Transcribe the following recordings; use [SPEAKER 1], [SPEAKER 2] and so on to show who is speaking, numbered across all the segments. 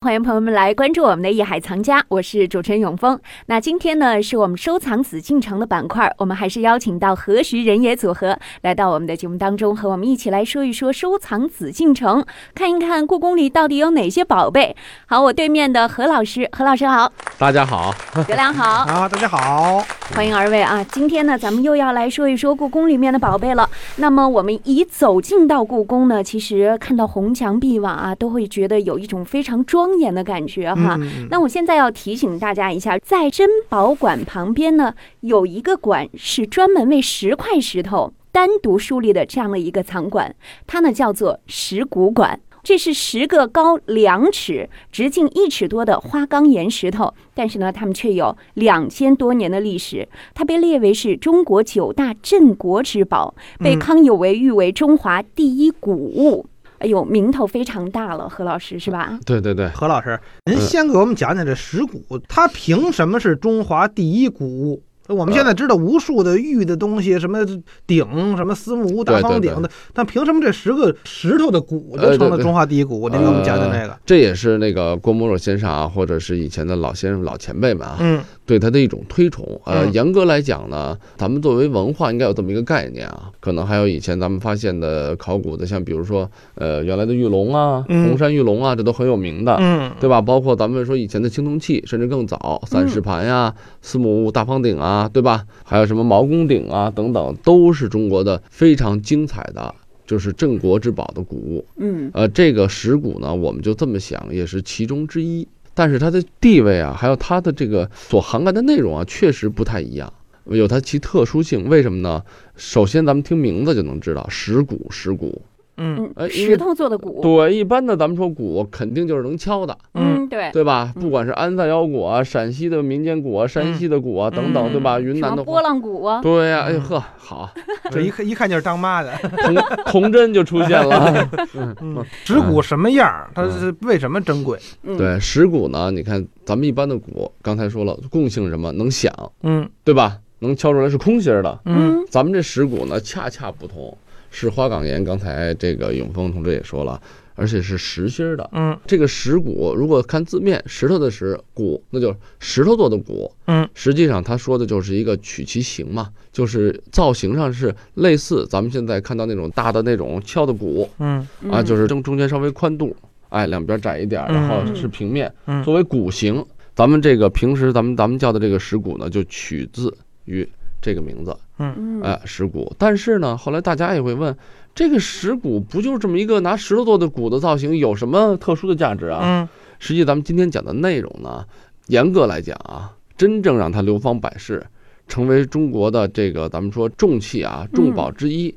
[SPEAKER 1] 欢迎朋友们来关注我们的《艺海藏家》，我是主持人永峰。那今天呢，是我们收藏紫禁城的板块，我们还是邀请到何时人也组合来到我们的节目当中，和我们一起来说一说收藏紫禁城，看一看故宫里到底有哪些宝贝。好，我对面的何老师，何老师好，
[SPEAKER 2] 大家好，
[SPEAKER 1] 德亮好，
[SPEAKER 3] 啊，大家好，
[SPEAKER 1] 欢迎二位啊！今天呢，咱们又要来说一说故宫里面的宝贝了。那么，我们一走进到故宫呢，其实看到红墙碧瓦啊，都会觉得有一种非常庄严的感觉哈。
[SPEAKER 3] 嗯
[SPEAKER 1] 那我现在要提醒大家一下，在珍宝馆旁边呢，有一个馆是专门为石块石头单独树立的这样的一个藏馆，它呢叫做石鼓馆。这是十个高两尺、直径一尺多的花岗岩石头，但是呢，它们却有两千多年的历史。它被列为是中国九大镇国之宝，被
[SPEAKER 3] 嗯
[SPEAKER 1] 康有为誉为中华第一古物。哎呦，名头非常大了，何老师是吧？
[SPEAKER 2] 对对对，
[SPEAKER 3] 何老师，您
[SPEAKER 2] 嗯
[SPEAKER 3] 先给我们讲讲这石鼓，它凭什么是中华第一古物？我们现在知道无数的玉的东西，什么鼎、什么司木屋、大
[SPEAKER 2] 对对
[SPEAKER 3] 方鼎的，但凭什么这十个石头的鼓就
[SPEAKER 2] 呃
[SPEAKER 3] 成
[SPEAKER 2] 对
[SPEAKER 3] 了
[SPEAKER 2] 对
[SPEAKER 3] 中华第一古物？您给我们讲讲这个。
[SPEAKER 2] 这也是那个郭沫若先生啊，或者是以前的老先生、老前辈们啊，
[SPEAKER 3] 嗯
[SPEAKER 2] 对他的一种推崇。呃，
[SPEAKER 3] 嗯
[SPEAKER 2] 严格来讲呢，咱们作为文化应该有这么一个概念啊，可能还有以前咱们发现的考古的，像比如说呃原来的玉龙啊、
[SPEAKER 3] 嗯
[SPEAKER 2] 红山玉龙啊，这都很有名的。
[SPEAKER 3] 嗯
[SPEAKER 2] 对吧？包括咱们说以前的青铜器，甚至更早，散石盘呀、司母戊大方鼎啊，对吧？还有什么毛公鼎啊等等，都是中国的非常精彩的，就是镇国之宝的古物。
[SPEAKER 1] 嗯
[SPEAKER 2] 呃，这个石鼓呢，我们就这么想，也是其中之一。但是它的地位啊，还有它的这个所涵盖的内容啊，确实不太一样，有它其特殊性。为什么呢？首先，咱们听名字就能知道，石鼓，石鼓。
[SPEAKER 3] 嗯
[SPEAKER 1] 嗯
[SPEAKER 2] 呃，因为
[SPEAKER 1] 石头做的鼓，
[SPEAKER 2] 对，一般的咱们说鼓，肯定就是能敲的。
[SPEAKER 1] 嗯，对，
[SPEAKER 2] 对吧？
[SPEAKER 1] 嗯
[SPEAKER 2] 不管是安塞腰鼓啊、陕西的民间鼓啊、山西的鼓啊等
[SPEAKER 3] 嗯
[SPEAKER 2] 等，对吧？
[SPEAKER 1] 什
[SPEAKER 2] 云南
[SPEAKER 1] 么
[SPEAKER 2] 的
[SPEAKER 1] 波
[SPEAKER 2] 话，
[SPEAKER 1] 浪鼓啊，
[SPEAKER 2] 对呀、哎呦
[SPEAKER 3] 嗯
[SPEAKER 2] 呵，好，
[SPEAKER 3] 这一看一看就是当妈的。
[SPEAKER 2] 童童真就出现了。
[SPEAKER 3] 嗯，石鼓什么样儿？
[SPEAKER 2] 嗯
[SPEAKER 3] 它是为什么珍贵？
[SPEAKER 1] 嗯，
[SPEAKER 2] 对，石鼓呢？你看咱们一般的鼓，刚才说了，共性什么？能响，
[SPEAKER 3] 嗯
[SPEAKER 2] 对吧？能敲出来是空心儿的。
[SPEAKER 3] 嗯
[SPEAKER 2] 咱们这石鼓呢，恰恰不同，是花岗岩。刚才这个永峰同志也说了，而且是实心儿的。
[SPEAKER 3] 嗯
[SPEAKER 2] 这个石鼓，如果看字面，石头的石鼓，那就是石头做的鼓。
[SPEAKER 3] 嗯，
[SPEAKER 2] 实际上他说的就是一个取其形嘛，就是造型上是类似咱们现在看到那种大的那种敲的鼓
[SPEAKER 3] 嗯
[SPEAKER 1] 嗯
[SPEAKER 2] 啊，就是中中间稍微宽度，哎，两边窄一点，然后
[SPEAKER 1] 嗯
[SPEAKER 2] 是平面
[SPEAKER 3] 嗯，
[SPEAKER 2] 作为鼓形。咱们这个平时咱们咱们叫的这个石鼓呢，就取自于这个名字，
[SPEAKER 1] 嗯
[SPEAKER 2] 哎，石鼓。但是呢，后来大家也会问，这个石鼓不就是这么一个拿石头做的鼓的造型，有什么特殊的价值啊？
[SPEAKER 3] 嗯
[SPEAKER 2] 实际咱们今天讲的内容呢，严格来讲啊，真正让它流芳百世，成为中国的这个咱们说重器啊重宝之一，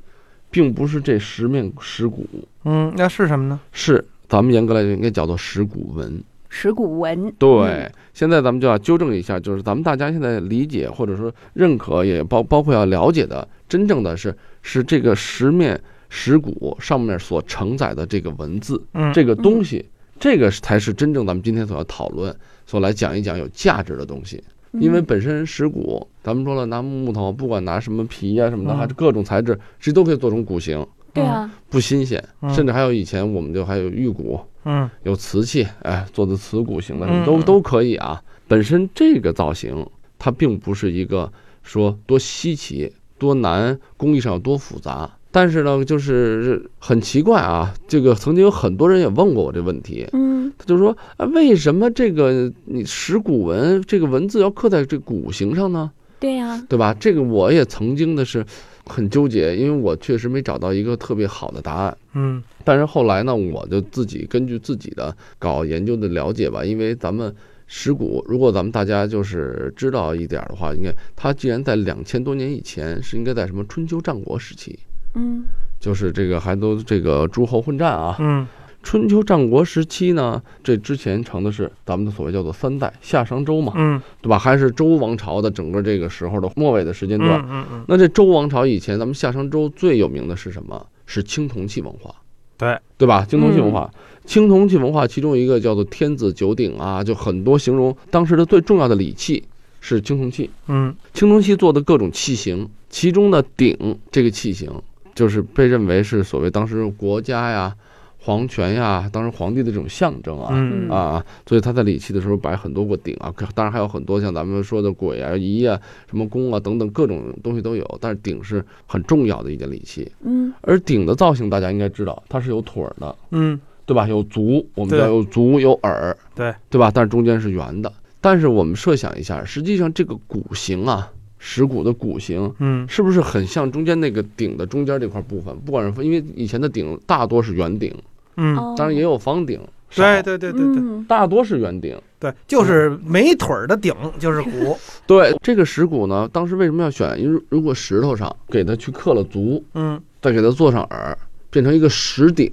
[SPEAKER 2] 并不是这十面石鼓，
[SPEAKER 3] 嗯，那是什么呢？
[SPEAKER 2] 是咱们严格来讲应该叫做石鼓文。
[SPEAKER 1] 石鼓文，
[SPEAKER 2] 对，
[SPEAKER 1] 嗯
[SPEAKER 2] 现在咱们就要纠正一下，就是咱们大家现在理解或者说认可，也包包括要了解的，真正的是是这个十面石鼓上面所承载的这个文字。
[SPEAKER 3] 嗯，
[SPEAKER 2] 这个东西，这个才是真正咱们今天所要讨论、所来讲一讲有价值的东西。因为
[SPEAKER 1] 嗯
[SPEAKER 2] 本身石鼓，咱们说了，拿木头，不管拿什么皮呀、什么的，
[SPEAKER 3] 嗯
[SPEAKER 2] 还是各种材质，其实都可以做成鼓形，
[SPEAKER 1] 对啊，
[SPEAKER 2] 不新鲜。
[SPEAKER 3] 嗯
[SPEAKER 2] 甚至还有以前我们就还有玉鼓，
[SPEAKER 3] 嗯
[SPEAKER 2] 有瓷器，哎，做的瓷鼓形的，什么
[SPEAKER 3] 嗯
[SPEAKER 2] 都
[SPEAKER 3] 嗯
[SPEAKER 2] 都可以啊。本身这个造型，它并不是一个说多稀奇、多难，工艺上有多复杂。但是呢，就是很奇怪啊，这个曾经有很多人也问过我这问题，
[SPEAKER 1] 嗯
[SPEAKER 2] 他就说啊，为什么这个你石鼓文这个文字要刻在这鼓形上呢？
[SPEAKER 1] 对啊呀，
[SPEAKER 2] 对吧？这个我也曾经的是很纠结，因为我确实没找到一个特别好的答案。
[SPEAKER 3] 嗯
[SPEAKER 2] 但是后来呢，我就自己根据自己的搞研究的了解吧，因为咱们石鼓，如果咱们大家就是知道一点儿的话，应该它既然在两千多年以前是应该在什么春秋战国时期，
[SPEAKER 1] 嗯
[SPEAKER 2] 就是这个还都这个诸侯混战啊，
[SPEAKER 3] 嗯
[SPEAKER 2] 春秋战国时期呢，这之前成的是咱们的所谓叫做三代夏商周嘛，
[SPEAKER 3] 嗯
[SPEAKER 2] 对吧？还是周王朝的整个这个时候的末尾的时间段。
[SPEAKER 3] 嗯嗯
[SPEAKER 2] 那这周王朝以前，咱们夏商周最有名的是什么？是青铜器文化。
[SPEAKER 4] 对
[SPEAKER 2] 对吧？青铜器文化，
[SPEAKER 3] 嗯
[SPEAKER 2] 青铜器文化其中一个叫做天子九鼎啊，就很多形容当时的最重要的礼器是青铜器。
[SPEAKER 4] 嗯
[SPEAKER 2] 青铜器做的各种器型，其中的鼎这个器型，就是被认为是所谓当时国家呀、皇权呀、当时皇帝的这种象征啊。
[SPEAKER 4] 嗯
[SPEAKER 1] 嗯
[SPEAKER 2] 啊，所以他在礼器的时候摆很多个鼎啊，当然还有很多像咱们说的簋啊、仪啊、什么弓啊等等各种东西都有，但是鼎是很重要的一件礼器。
[SPEAKER 1] 嗯
[SPEAKER 2] 而鼎的造型大家应该知道，它是有腿儿的，
[SPEAKER 4] 嗯，
[SPEAKER 2] 对吧？有足，我们
[SPEAKER 4] 对
[SPEAKER 2] 叫有足有耳，
[SPEAKER 4] 对
[SPEAKER 2] 对吧？但是中间是圆的。但是我们设想一下，实际上这个骨形啊，石骨的骨形
[SPEAKER 4] 嗯
[SPEAKER 2] 是不是很像中间那个顶的中间这块部分？不管是因为以前的顶大多是圆顶，
[SPEAKER 4] 嗯，
[SPEAKER 1] 哦，
[SPEAKER 2] 当然也有方顶，少
[SPEAKER 4] 对，对对对对，
[SPEAKER 1] 嗯
[SPEAKER 2] 大多是圆顶。
[SPEAKER 3] 对，就是没腿儿的顶就是骨，
[SPEAKER 2] 对这个石骨呢，当时为什么要选？因为如果石头上给它去刻了足，
[SPEAKER 4] 嗯
[SPEAKER 2] 再给它做上饵，变成一个石鼎，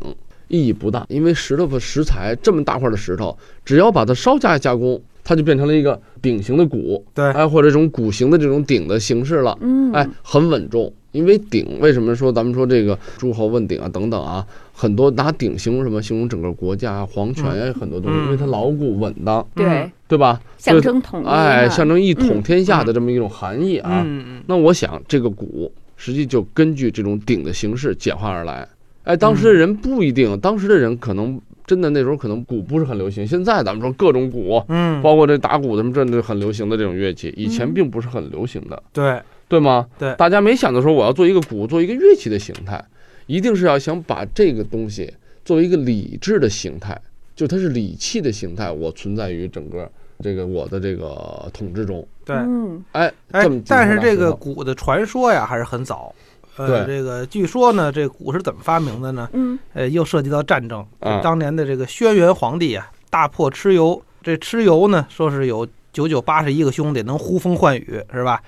[SPEAKER 2] 意义不大，因为石头和石材这么大块的石头，只要把它稍加加工，它就变成了一个鼎形的鼓，
[SPEAKER 4] 对
[SPEAKER 2] 哎，或者这种鼓形的这种鼎的形式了，
[SPEAKER 1] 嗯，
[SPEAKER 2] 哎，很稳重。因为鼎为什么说咱们说这个诸侯问鼎啊等等啊，很多拿鼎形容什么？形容整个国家啊、皇权呀、很多东西，
[SPEAKER 4] 嗯
[SPEAKER 2] 因为它牢固稳当，
[SPEAKER 1] 对，
[SPEAKER 2] 对吧？
[SPEAKER 1] 象征统一嘛，
[SPEAKER 2] 嗯哎，象征一统
[SPEAKER 1] 嗯
[SPEAKER 2] 天下的这么一种含义啊。
[SPEAKER 4] 嗯嗯
[SPEAKER 2] 那我想这个鼓实际就根据这种鼎的形式简化而来。哎，当时的人不一
[SPEAKER 3] 嗯
[SPEAKER 2] 定，当时的人可能真的那时候可能鼓不是很流行。现在咱们说各种鼓，
[SPEAKER 4] 嗯，
[SPEAKER 2] 包括这打鼓什么这这很流行的这种乐器，以前
[SPEAKER 1] 嗯
[SPEAKER 2] 并不是很流行的，
[SPEAKER 4] 对，
[SPEAKER 2] 对吗？
[SPEAKER 4] 对
[SPEAKER 2] 大家没想到说我要做一个鼓，做一个乐器的形态，一定是要想把这个东西作为一个理智的形态，就它是理器的形态，我存在于整个这个我的这个统治中。
[SPEAKER 4] 对
[SPEAKER 1] 嗯
[SPEAKER 2] 哎，
[SPEAKER 3] 哎
[SPEAKER 2] 这么，
[SPEAKER 3] 但是
[SPEAKER 2] 这么
[SPEAKER 3] 这
[SPEAKER 2] 大时
[SPEAKER 3] 个
[SPEAKER 2] 候
[SPEAKER 3] 鼓的传说呀还是很早。呃，
[SPEAKER 2] 对
[SPEAKER 3] 这个据说呢，这鼓是怎么发明的呢？
[SPEAKER 1] 嗯
[SPEAKER 3] 呃，又涉及到战争。
[SPEAKER 2] 嗯
[SPEAKER 3] 当年的这个轩辕皇帝啊，大破蚩尤。这蚩尤呢，说是有九九八十一个兄弟，能呼风唤雨，是吧？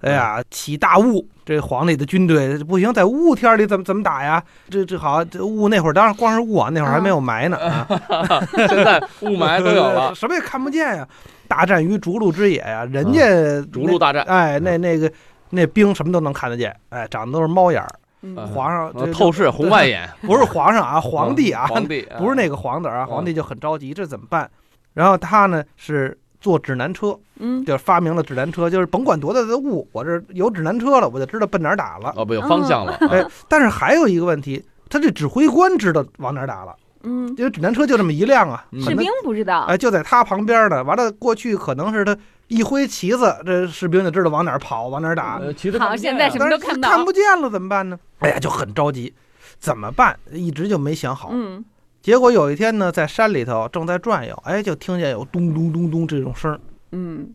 [SPEAKER 3] 哎
[SPEAKER 2] 啊
[SPEAKER 3] 呀，起大雾，这皇帝的军队不行，在雾天里怎么怎么打呀？这这好，这雾那会儿当然光是雾啊，那会儿还没有霾呢啊，
[SPEAKER 2] 现在 雾霾都有 了，啊
[SPEAKER 3] 什么也看不见呀。大战于逐鹿之野呀，人家
[SPEAKER 2] 逐鹿大战，啊
[SPEAKER 3] 哎，那那个那兵什么都能看得见，哎，长得都是猫眼儿。
[SPEAKER 2] 啊
[SPEAKER 1] 嗯
[SPEAKER 3] 皇上这
[SPEAKER 2] 透视红外，眼，嗯
[SPEAKER 3] 这不是皇 上啊，皇帝啊，
[SPEAKER 2] 皇帝
[SPEAKER 3] 不是那个皇子啊，
[SPEAKER 2] 嗯
[SPEAKER 3] 皇帝就很着急，这怎么办？然后他呢是坐指南车，
[SPEAKER 1] 嗯
[SPEAKER 3] 就是发明了指南车，就是甭管多大的雾，我这有指南车了，我就知道奔哪儿打了。
[SPEAKER 2] 哦，不有方向了，啊
[SPEAKER 3] 哎，但是还有一个问题，他这指挥官知道往哪儿打了，
[SPEAKER 1] 嗯，
[SPEAKER 3] 因为指南车就这么一辆啊，
[SPEAKER 2] 嗯
[SPEAKER 3] 可
[SPEAKER 1] 士
[SPEAKER 3] 能
[SPEAKER 1] 兵不知道，
[SPEAKER 3] 哎就在他旁边呢。完了，过去可能是他一挥旗子，这士兵就知道往哪儿跑，往哪儿打。
[SPEAKER 2] 呃其实
[SPEAKER 1] 好
[SPEAKER 2] 看不见
[SPEAKER 1] 现在什么
[SPEAKER 3] 啊但
[SPEAKER 1] 都
[SPEAKER 3] 是
[SPEAKER 1] 看不到
[SPEAKER 3] 看不见了，怎么办呢？哎呀，就很着急，怎么办？一直就没想好。
[SPEAKER 1] 嗯
[SPEAKER 3] 结果有一天呢，在山里头正在转悠，哎，就听见有咚咚咚咚这种声儿，
[SPEAKER 1] 嗯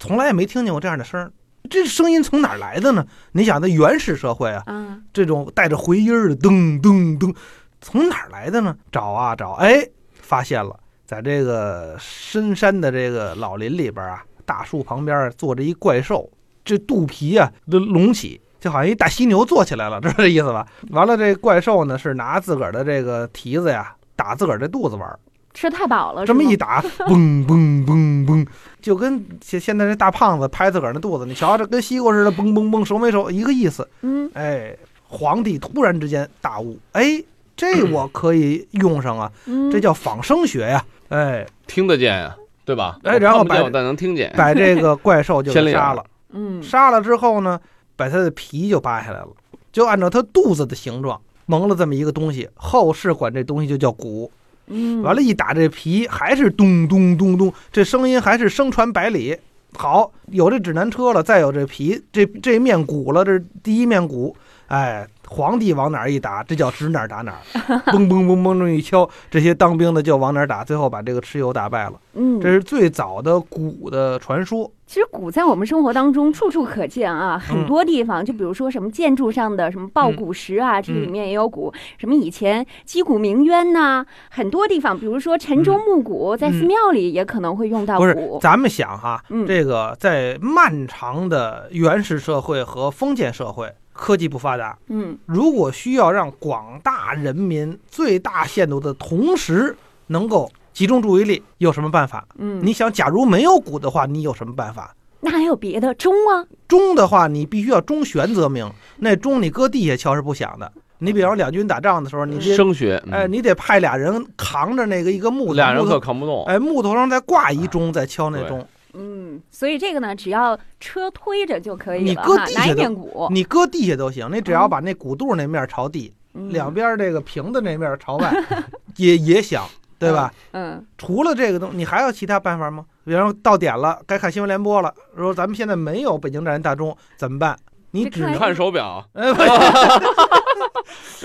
[SPEAKER 3] 从来也没听见过这样的声儿。这声音从哪儿来的呢？你想，在原始社会啊，
[SPEAKER 1] 啊
[SPEAKER 3] 这种带着回音儿的噔噔噔，从哪儿来的呢？找啊找，哎，发现了，在这个深山的这个老林里边啊，大树旁边坐着一怪兽，这肚皮啊都隆起，就好像一大犀牛坐起来了，知道这意思吧？完了，这怪兽呢是拿自个儿的这个蹄子呀打自个儿这肚子玩儿，
[SPEAKER 1] 吃太饱了，
[SPEAKER 3] 这么
[SPEAKER 1] 啊是吗
[SPEAKER 3] 一打，嘣嘣嘣嘣，就跟现现在这大胖子拍自个儿那肚子，你瞧这跟西瓜似的，嘣嘣嘣，熟没熟一个意思。
[SPEAKER 1] 嗯
[SPEAKER 3] 哎，皇帝突然之间大悟，哎，这我可以用上啊，
[SPEAKER 1] 嗯，
[SPEAKER 3] 这叫仿生学呀、 哎，
[SPEAKER 2] 听得见呀，对吧？
[SPEAKER 3] 哎然后
[SPEAKER 2] 我看不见
[SPEAKER 3] 把
[SPEAKER 2] 我但能听见，
[SPEAKER 3] 把这个怪兽就
[SPEAKER 2] 千里
[SPEAKER 3] 给杀
[SPEAKER 2] 眼
[SPEAKER 3] 了，
[SPEAKER 1] 嗯
[SPEAKER 3] 杀了之后呢，把它的皮就扒下来了，就按照它肚子的形状蒙了这么一个东西，后世管这东西就叫骨。
[SPEAKER 1] 嗯，
[SPEAKER 3] 完了，一打这皮还是咚咚咚咚，这声音还是声传百里。好，有这指南车了，再有这皮，这这面鼓了，这是第一面鼓，哎，皇帝往哪儿一打，这叫指哪儿打 哪儿，嘣嘣嘣嘣这么一敲，这些当兵的就往哪儿打，最后把这个蚩尤打败了。
[SPEAKER 1] 嗯，
[SPEAKER 3] 这是最早的鼓的传说。
[SPEAKER 1] 其实鼓在我们生活当中处处可见啊，
[SPEAKER 3] 嗯
[SPEAKER 1] 很多地方，就比如说什么建筑上的什么抱鼓石
[SPEAKER 3] 嗯
[SPEAKER 1] 啊，这里面也有鼓。什么以前击鼓鸣冤呐、很多地方，比如说晨钟暮鼓，在寺庙里也可能会用到
[SPEAKER 3] 嗯不是
[SPEAKER 1] 鼓，。
[SPEAKER 3] 咱们想哈，
[SPEAKER 1] 嗯
[SPEAKER 3] 这个在漫长的原始社会和封建社会，科技不发达，
[SPEAKER 1] 嗯
[SPEAKER 3] 如果需要让广大人民最大限度的同时能够集中注意力，有什么办法？
[SPEAKER 1] 嗯，
[SPEAKER 3] 你想，假如没有鼓的话，你有什么办法？
[SPEAKER 1] 那还有别的钟啊？
[SPEAKER 3] 钟的话，你必须要钟悬则鸣，那钟你搁地下敲是不响的。你比方两军打仗的时候，你这
[SPEAKER 2] 升学，嗯
[SPEAKER 3] 哎，你得派俩人扛着那个一个木头，
[SPEAKER 2] 俩人啊
[SPEAKER 3] 木
[SPEAKER 2] 可
[SPEAKER 3] 头
[SPEAKER 2] 扛不动，
[SPEAKER 3] 哎，木头上再挂一钟，再敲那
[SPEAKER 2] 对
[SPEAKER 3] 钟。
[SPEAKER 1] 嗯，所以这个呢，只要车推着就可以
[SPEAKER 3] 你
[SPEAKER 1] 了
[SPEAKER 3] 搁
[SPEAKER 1] 哈
[SPEAKER 3] 地，下
[SPEAKER 1] 拿一
[SPEAKER 3] 都
[SPEAKER 1] 面鼓，
[SPEAKER 3] 你搁地下都行，你只要
[SPEAKER 1] 嗯
[SPEAKER 3] 把那鼓肚那面朝地，
[SPEAKER 1] 嗯
[SPEAKER 3] 两边这个瓶子那面朝 外，也也响，对吧？
[SPEAKER 1] 嗯
[SPEAKER 3] 除了这个东，你还有其他办法吗？比方说到点了，该看新闻联播了，说咱们现在没有北京站人大钟，怎么办？你
[SPEAKER 1] 这
[SPEAKER 3] 只
[SPEAKER 1] 看
[SPEAKER 3] 能，
[SPEAKER 2] 看手表，
[SPEAKER 3] 哎，不是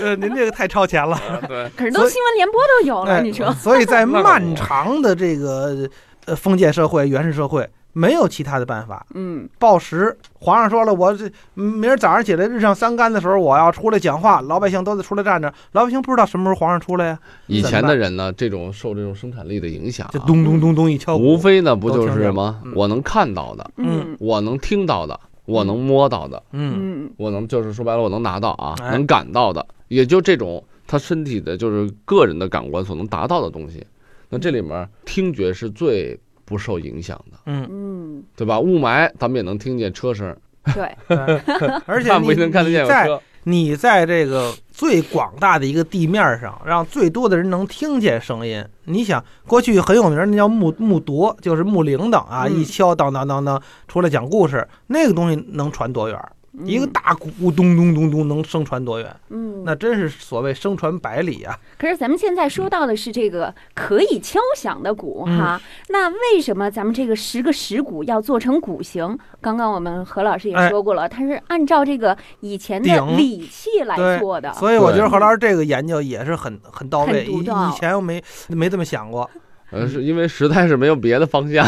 [SPEAKER 3] 呃，您这个太超前了。
[SPEAKER 2] 啊对，
[SPEAKER 1] 可是都
[SPEAKER 3] 所以
[SPEAKER 1] 新闻联播都有了，
[SPEAKER 3] 哎
[SPEAKER 1] 哦你说，
[SPEAKER 3] 所以在
[SPEAKER 2] 那倒不
[SPEAKER 3] 漫长的这个呃封建社会、原始社会，没有其他的办法。
[SPEAKER 1] 嗯
[SPEAKER 3] 报时，皇上说了，我这明儿早上起来日上三竿的时候，我要出来讲话，老百姓都得出来站着。老百姓不知道什么时候皇上出来呀、
[SPEAKER 2] 以
[SPEAKER 3] 怎么
[SPEAKER 2] 前的
[SPEAKER 3] 办
[SPEAKER 2] 人呢，这种受这种生产力的影响啊、
[SPEAKER 3] 就咚咚咚咚一敲
[SPEAKER 2] 无
[SPEAKER 3] 鼓，
[SPEAKER 2] 非呢不
[SPEAKER 3] 都
[SPEAKER 2] 就
[SPEAKER 3] 听
[SPEAKER 2] 是
[SPEAKER 3] 见
[SPEAKER 2] 什
[SPEAKER 3] 了
[SPEAKER 2] 么
[SPEAKER 3] 嗯
[SPEAKER 2] 我能看到的，
[SPEAKER 1] 嗯
[SPEAKER 2] 我能听到的，我能摸到的，
[SPEAKER 3] 嗯，
[SPEAKER 1] 嗯
[SPEAKER 2] 我能就是说白了我能拿到啊，
[SPEAKER 3] 哎
[SPEAKER 2] 能感到的，也就这种他身体的就是个人的感官所能达到的东西。那这里面听觉是最不受影响的，
[SPEAKER 1] 嗯，
[SPEAKER 2] 对吧？雾霾咱们也能听见车声，
[SPEAKER 1] 对，
[SPEAKER 3] 对嗯而且
[SPEAKER 2] 看
[SPEAKER 3] 你
[SPEAKER 2] 不一定看得
[SPEAKER 3] 你
[SPEAKER 2] 见有
[SPEAKER 3] 在
[SPEAKER 2] 车。
[SPEAKER 3] 你在这个最广大的一个地面上，让最多的人能听见声音。你想，过去很有名儿，那叫木木铎，就是木铃铛啊，
[SPEAKER 1] 嗯
[SPEAKER 3] 一敲当当当当，出来讲故事，那个东西能传多远儿？一个
[SPEAKER 1] 嗯
[SPEAKER 3] 大鼓咚咚咚咚能声传多远？
[SPEAKER 1] 嗯，
[SPEAKER 3] 那真是所谓声传百里啊！
[SPEAKER 1] 可是咱们现在说到的是这个可以敲响的鼓
[SPEAKER 3] 嗯
[SPEAKER 1] 哈，那为什么咱们这个十个石鼓要做成鼓形？刚刚我们何老师也
[SPEAKER 3] 哎
[SPEAKER 1] 说过了，它是按照这个以前的
[SPEAKER 3] 鼎
[SPEAKER 1] 礼器来
[SPEAKER 3] 对
[SPEAKER 1] 做的。
[SPEAKER 3] 所以我觉
[SPEAKER 2] 对
[SPEAKER 3] 得何老师这个研究也是很很到
[SPEAKER 1] 啊很
[SPEAKER 3] 位，
[SPEAKER 1] 独
[SPEAKER 3] 以
[SPEAKER 1] 到
[SPEAKER 3] 以前我没没这么想过。
[SPEAKER 2] 呃，是因为实在是没有别的方 向，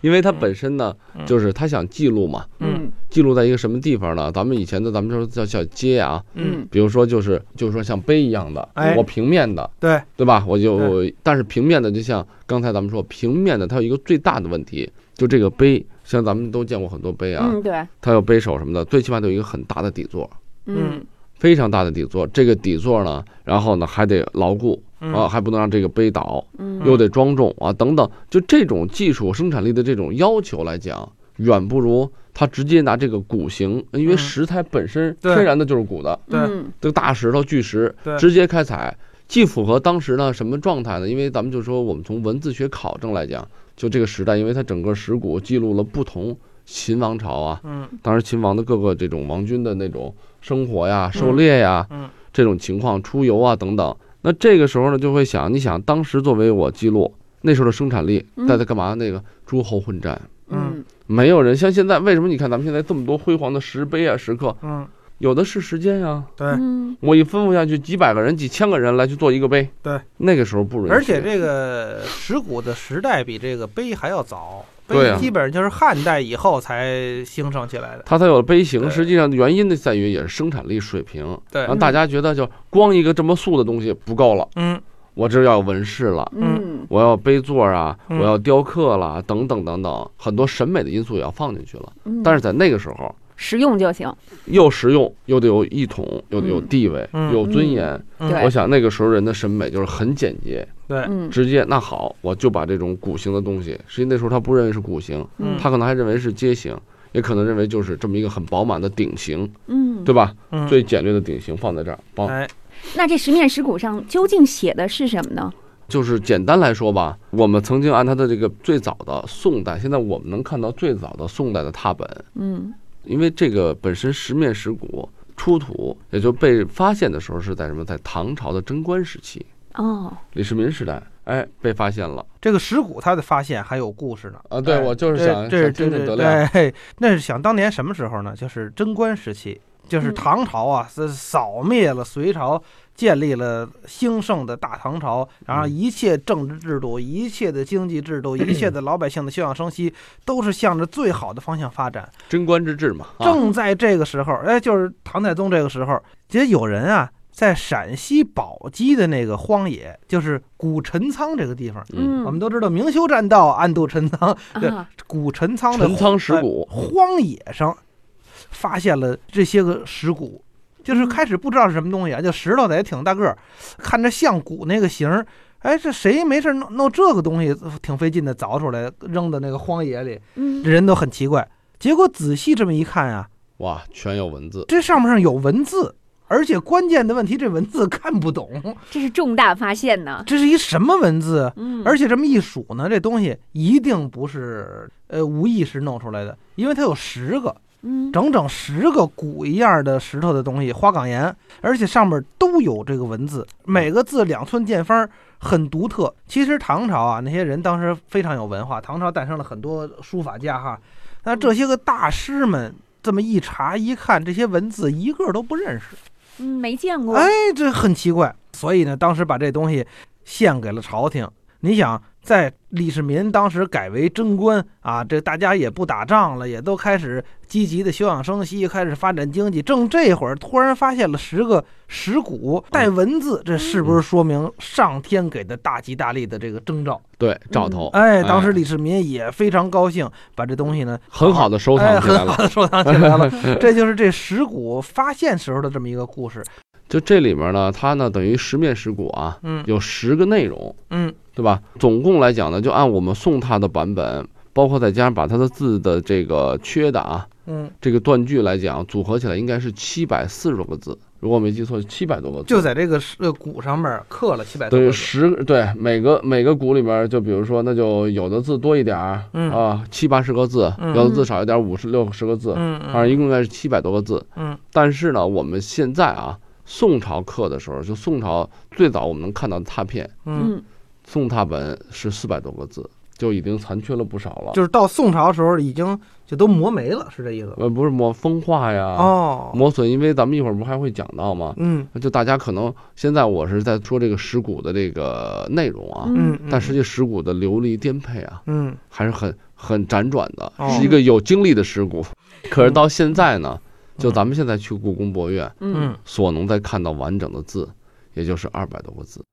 [SPEAKER 2] 因为它本身呢，
[SPEAKER 3] 嗯
[SPEAKER 2] 就是他想记录嘛，
[SPEAKER 1] 嗯
[SPEAKER 2] 记录在一个什么地方呢？咱们以前的咱们说叫叫街啊，
[SPEAKER 1] 嗯
[SPEAKER 2] 比如说就是就是说像碑一样的，
[SPEAKER 3] 哎嗯
[SPEAKER 2] 我平面的，
[SPEAKER 3] 对，
[SPEAKER 2] 对吧？我就我但是平面的，就像刚才咱们说平面的，它有一个最大的问题，就这个碑，像咱们都见过很多碑啊，
[SPEAKER 1] 嗯，对，
[SPEAKER 2] 它有碑首什么的，最起码得有一个很大的底座，
[SPEAKER 1] 嗯
[SPEAKER 2] 非常大的底座。这个底座呢，然后呢还得牢固
[SPEAKER 3] 嗯
[SPEAKER 2] 啊，还不能让这个碑倒，
[SPEAKER 1] 嗯，
[SPEAKER 2] 又得庄重啊，等等。就这种技术生产力的这种要求来讲，远不如他直接拿这个骨形，因为
[SPEAKER 3] 嗯
[SPEAKER 2] 石材本身
[SPEAKER 3] 对
[SPEAKER 2] 天然的就是骨的，
[SPEAKER 3] 对
[SPEAKER 1] 嗯
[SPEAKER 2] 这个大石头、巨石
[SPEAKER 3] 对
[SPEAKER 2] 直接开采，既符合当时呢什么状态呢？因为咱们就说我们从文字学考证来讲，就这个时代，因为它整个石鼓记录了不同秦王朝啊，
[SPEAKER 3] 嗯
[SPEAKER 2] 当时秦王的各个这种王军的那种生活呀、狩猎呀、
[SPEAKER 3] 嗯
[SPEAKER 2] 这种情况、出游啊等等。那这个时候呢，就会想，你想当时作为我记录那时候的生产力，
[SPEAKER 1] 嗯
[SPEAKER 2] 大家干嘛？那个诸侯混战，
[SPEAKER 1] 嗯
[SPEAKER 2] 没有人像现在，为什么？你看咱们现在这么多辉煌的石碑啊、石刻，
[SPEAKER 3] 嗯，
[SPEAKER 2] 有的是时间呀、
[SPEAKER 3] 对。
[SPEAKER 1] 嗯
[SPEAKER 2] 我一吩咐下去，几百个人、几千个人来去做一个碑。
[SPEAKER 3] 对，
[SPEAKER 2] 那个时候不允许。
[SPEAKER 3] 而且这个石鼓的时代比这个碑还要早，
[SPEAKER 2] 对啊
[SPEAKER 3] 碑基本上就是汉代以后才兴盛起来的。
[SPEAKER 2] 它才有了碑形，
[SPEAKER 3] 对
[SPEAKER 2] 实际上原因呢在于也是生产力水平，
[SPEAKER 3] 对
[SPEAKER 2] 让，大家觉得就光一个这么素的东西不够了，
[SPEAKER 3] 嗯，
[SPEAKER 2] 我这要纹饰了。
[SPEAKER 1] 嗯
[SPEAKER 2] 我要碑座啊，
[SPEAKER 3] 嗯
[SPEAKER 2] 我要雕刻啦，等等等等，很多审美的因素也要放进去了。
[SPEAKER 1] 嗯，
[SPEAKER 2] 但是在那个时候，
[SPEAKER 1] 实用就行。
[SPEAKER 2] 又实用，又得有一统，又得有
[SPEAKER 1] 嗯
[SPEAKER 2] 地位，
[SPEAKER 3] 嗯
[SPEAKER 2] 有尊严。
[SPEAKER 3] 嗯
[SPEAKER 1] 对
[SPEAKER 2] 我想那个时候人的审美就是很简洁，
[SPEAKER 3] 对，
[SPEAKER 1] 嗯
[SPEAKER 2] 直接。那好，我就把这种骨形的东西，实际那时候他不认为是骨形，
[SPEAKER 1] 嗯
[SPEAKER 2] 他可能还认为是街形，也可能认为就是这么一个很饱满的顶形，
[SPEAKER 1] 嗯，
[SPEAKER 2] 对吧？
[SPEAKER 3] 嗯，
[SPEAKER 2] 最哦简略的顶形放在这儿，帮
[SPEAKER 3] 哎，
[SPEAKER 1] 那这十面石鼓上究竟写的是什么呢？
[SPEAKER 2] 就是简单来说吧，我们曾经按它的这个最早的宋代，现在我们能看到最早的宋代的拓本，
[SPEAKER 1] 嗯
[SPEAKER 2] 因为这个本身十面石鼓出土，也就被发现的时候是在什么，在唐朝的贞观时期，
[SPEAKER 1] 哦，
[SPEAKER 2] 李世民时代，哎，被发现了
[SPEAKER 3] 这个石鼓它的发现还有故事呢。
[SPEAKER 2] 啊！对，
[SPEAKER 3] 哎
[SPEAKER 2] 我就是想
[SPEAKER 3] 这
[SPEAKER 2] 想
[SPEAKER 3] 这
[SPEAKER 2] 听听
[SPEAKER 3] 这
[SPEAKER 2] 德亮，
[SPEAKER 3] 对，那是想当年什么时候呢？就是贞观时期，就是
[SPEAKER 1] 嗯
[SPEAKER 3] 唐朝啊，是扫灭了隋朝，建立了兴盛的大唐朝，然后
[SPEAKER 2] 嗯
[SPEAKER 3] 一切政治制度、一切的经济制度、一切的老百姓的休养生息，都是向着最好的方向发展。
[SPEAKER 2] 贞观之治嘛，啊，
[SPEAKER 3] 正在这个时候，哎，就是唐太宗这个时候，其实有人啊，在陕西宝鸡的那个荒野，就是古陈仓这个地方。
[SPEAKER 2] 嗯，
[SPEAKER 1] 嗯，
[SPEAKER 3] 我们都知道明修栈道，暗度陈仓。对
[SPEAKER 1] 啊，
[SPEAKER 3] 古陈仓的哎
[SPEAKER 2] 陈仓石鼓，
[SPEAKER 3] 荒野上发现了这些个石鼓，就是开始不知道是什么东西啊，就石头的也挺大个儿，看着像鼓那个形儿，哎，这谁没事弄弄这个东西，挺费劲的凿出来扔到那个荒野里，
[SPEAKER 1] 嗯
[SPEAKER 3] 这人都很奇怪。结果仔细这么一看啊，
[SPEAKER 2] 哇，全有文字，
[SPEAKER 3] 这上面上有文字，而且关键的问题，这文字 看不懂，
[SPEAKER 5] 这是重大发现呢。
[SPEAKER 3] 这是一什么文字？
[SPEAKER 5] 嗯，
[SPEAKER 3] 而且这么一数呢，这东西一定不是呃无意识弄出来的，因为它有十个，
[SPEAKER 5] 嗯，
[SPEAKER 3] 整整十个鼓一样的石头的东西，花岗岩，而且上面都有这个文字，每个字两寸见方，很独特。其实唐朝啊，那些人当时非常有文化，唐朝诞生了很多书法家哈，那这些个大师们。这么一查一看，这些文字一个都不认识，
[SPEAKER 5] 嗯没见过。
[SPEAKER 3] 哎，这很奇怪。所以呢，当时把这东西献给了朝廷。你想，在李世民当时改为贞观啊，这大家也不打仗了，也都开始积极的休养生息，开始发展经济。正这会儿，突然发现了十个石鼓带文字，这是
[SPEAKER 2] 嗯
[SPEAKER 3] 不是说明上天给的大吉大利的这个征兆？
[SPEAKER 2] 对，兆头，
[SPEAKER 3] 哎，当时李世民也非常高兴，把这东西呢
[SPEAKER 2] 很好的收
[SPEAKER 3] 哎
[SPEAKER 2] 藏起来
[SPEAKER 3] 很
[SPEAKER 2] 了
[SPEAKER 3] 好。的收藏起来了。这就是这石鼓发现时候的这么一个故事。
[SPEAKER 2] 就这里面呢，它呢等于十面十鼓啊，
[SPEAKER 3] 嗯
[SPEAKER 2] 有十个内容，
[SPEAKER 3] 嗯
[SPEAKER 2] 对吧？总共来讲呢，就按我们宋拓的版本，包括再加上把它的字的这个缺的啊，
[SPEAKER 3] 嗯，
[SPEAKER 2] 这个断句来讲，组合起来应该是七百四十多个字，如果我没记错，七百多个字。
[SPEAKER 3] 就在这个石呃鼓上面刻了七百多
[SPEAKER 2] 等
[SPEAKER 3] 个
[SPEAKER 2] 于
[SPEAKER 3] 字。
[SPEAKER 2] 十个对每个每个股里面，就比如说，那就有的字多一点儿、
[SPEAKER 3] 嗯
[SPEAKER 2] 啊，七八十个字；
[SPEAKER 3] 嗯
[SPEAKER 2] 有的字少一点儿，五十六十个字。
[SPEAKER 3] 嗯嗯
[SPEAKER 2] 反正一共应该是七百多个字。
[SPEAKER 3] 嗯，
[SPEAKER 2] 但是呢，我们现在啊，宋朝刻的时候，就宋朝最早我们能看到的拓片，
[SPEAKER 3] 嗯，
[SPEAKER 5] 嗯，
[SPEAKER 2] 宋拓本是四百多个字，就已经残缺了不少了。
[SPEAKER 3] 就是到宋朝时候已经就都磨没了，是这意思吧？
[SPEAKER 2] 呃，不是磨风化呀，
[SPEAKER 3] 哦，
[SPEAKER 2] 磨损，因为咱们一会儿不还会讲到吗？
[SPEAKER 3] 嗯
[SPEAKER 2] 就大家可能现在我是在说这个石鼓的这个内容啊，
[SPEAKER 3] 嗯，
[SPEAKER 2] 但实际石鼓的流离颠沛啊，
[SPEAKER 3] 嗯
[SPEAKER 2] 还是很很辗转的，
[SPEAKER 3] 哦
[SPEAKER 2] 是一个有经历的石鼓。可是到现在呢，就咱们现在去故宫博物院，
[SPEAKER 5] 嗯，
[SPEAKER 3] 嗯
[SPEAKER 2] 所能再看到完整的字，也就是二百多个字。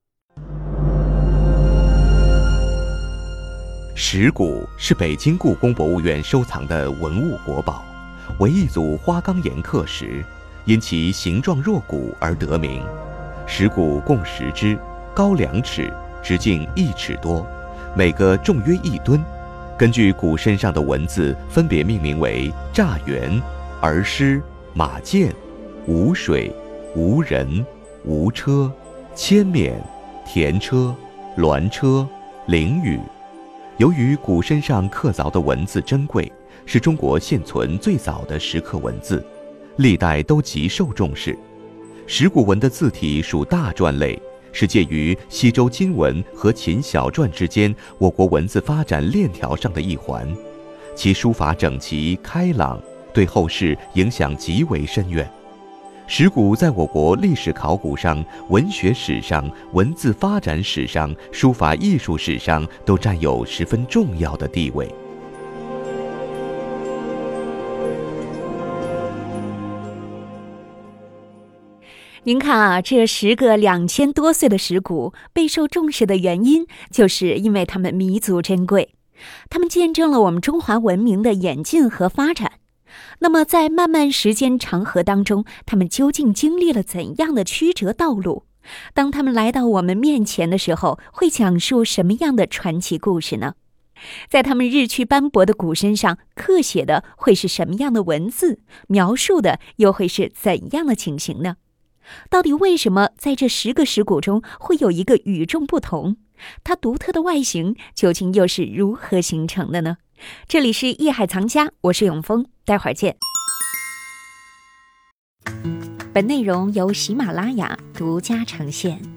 [SPEAKER 4] 石鼓是北京故宫博物院收藏的文物国宝，为一组花岗岩刻石，因其形状若鼓而得名。石鼓共十只，高两尺，直径一尺多，每个重约一吨。根据鼓身上的文字，分别命名为乍园、儿诗、马涧、无水、无人、无车、千免、田车、銮车、凌雨。由于鼓身上刻凿的文字珍贵，是中国现存最早的石刻文字，历代都极受重视。石鼓文的字体属大篆类，是介于西周金文和秦小篆之间我国文字发展链条上的一环，其书法整齐开朗，对后世影响极为深远。石鼓在我国历史考古上、文学史上、文字发展史上、书法艺术史上都占有十分重要的地位。
[SPEAKER 5] 您看啊，这十个两千多岁的石鼓备受重视的原因，就是因为它们弥足珍贵，它们见证了我们中华文明的演进和发展。那么，在漫漫时间长河当中，他们究竟经历了怎样的曲折道路？当他们来到我们面前的时候，会讲述什么样的传奇故事呢？在他们日趋斑驳的鼓身上刻写的会是什么样的文字？描述的又会是怎样的情形呢？到底为什么在这十个石鼓中会有一个与众不同？它独特的外形究竟又是如何形成的呢？这里是艺海藏家，我是永峰，待会儿见。本内容由喜马拉雅独家呈现。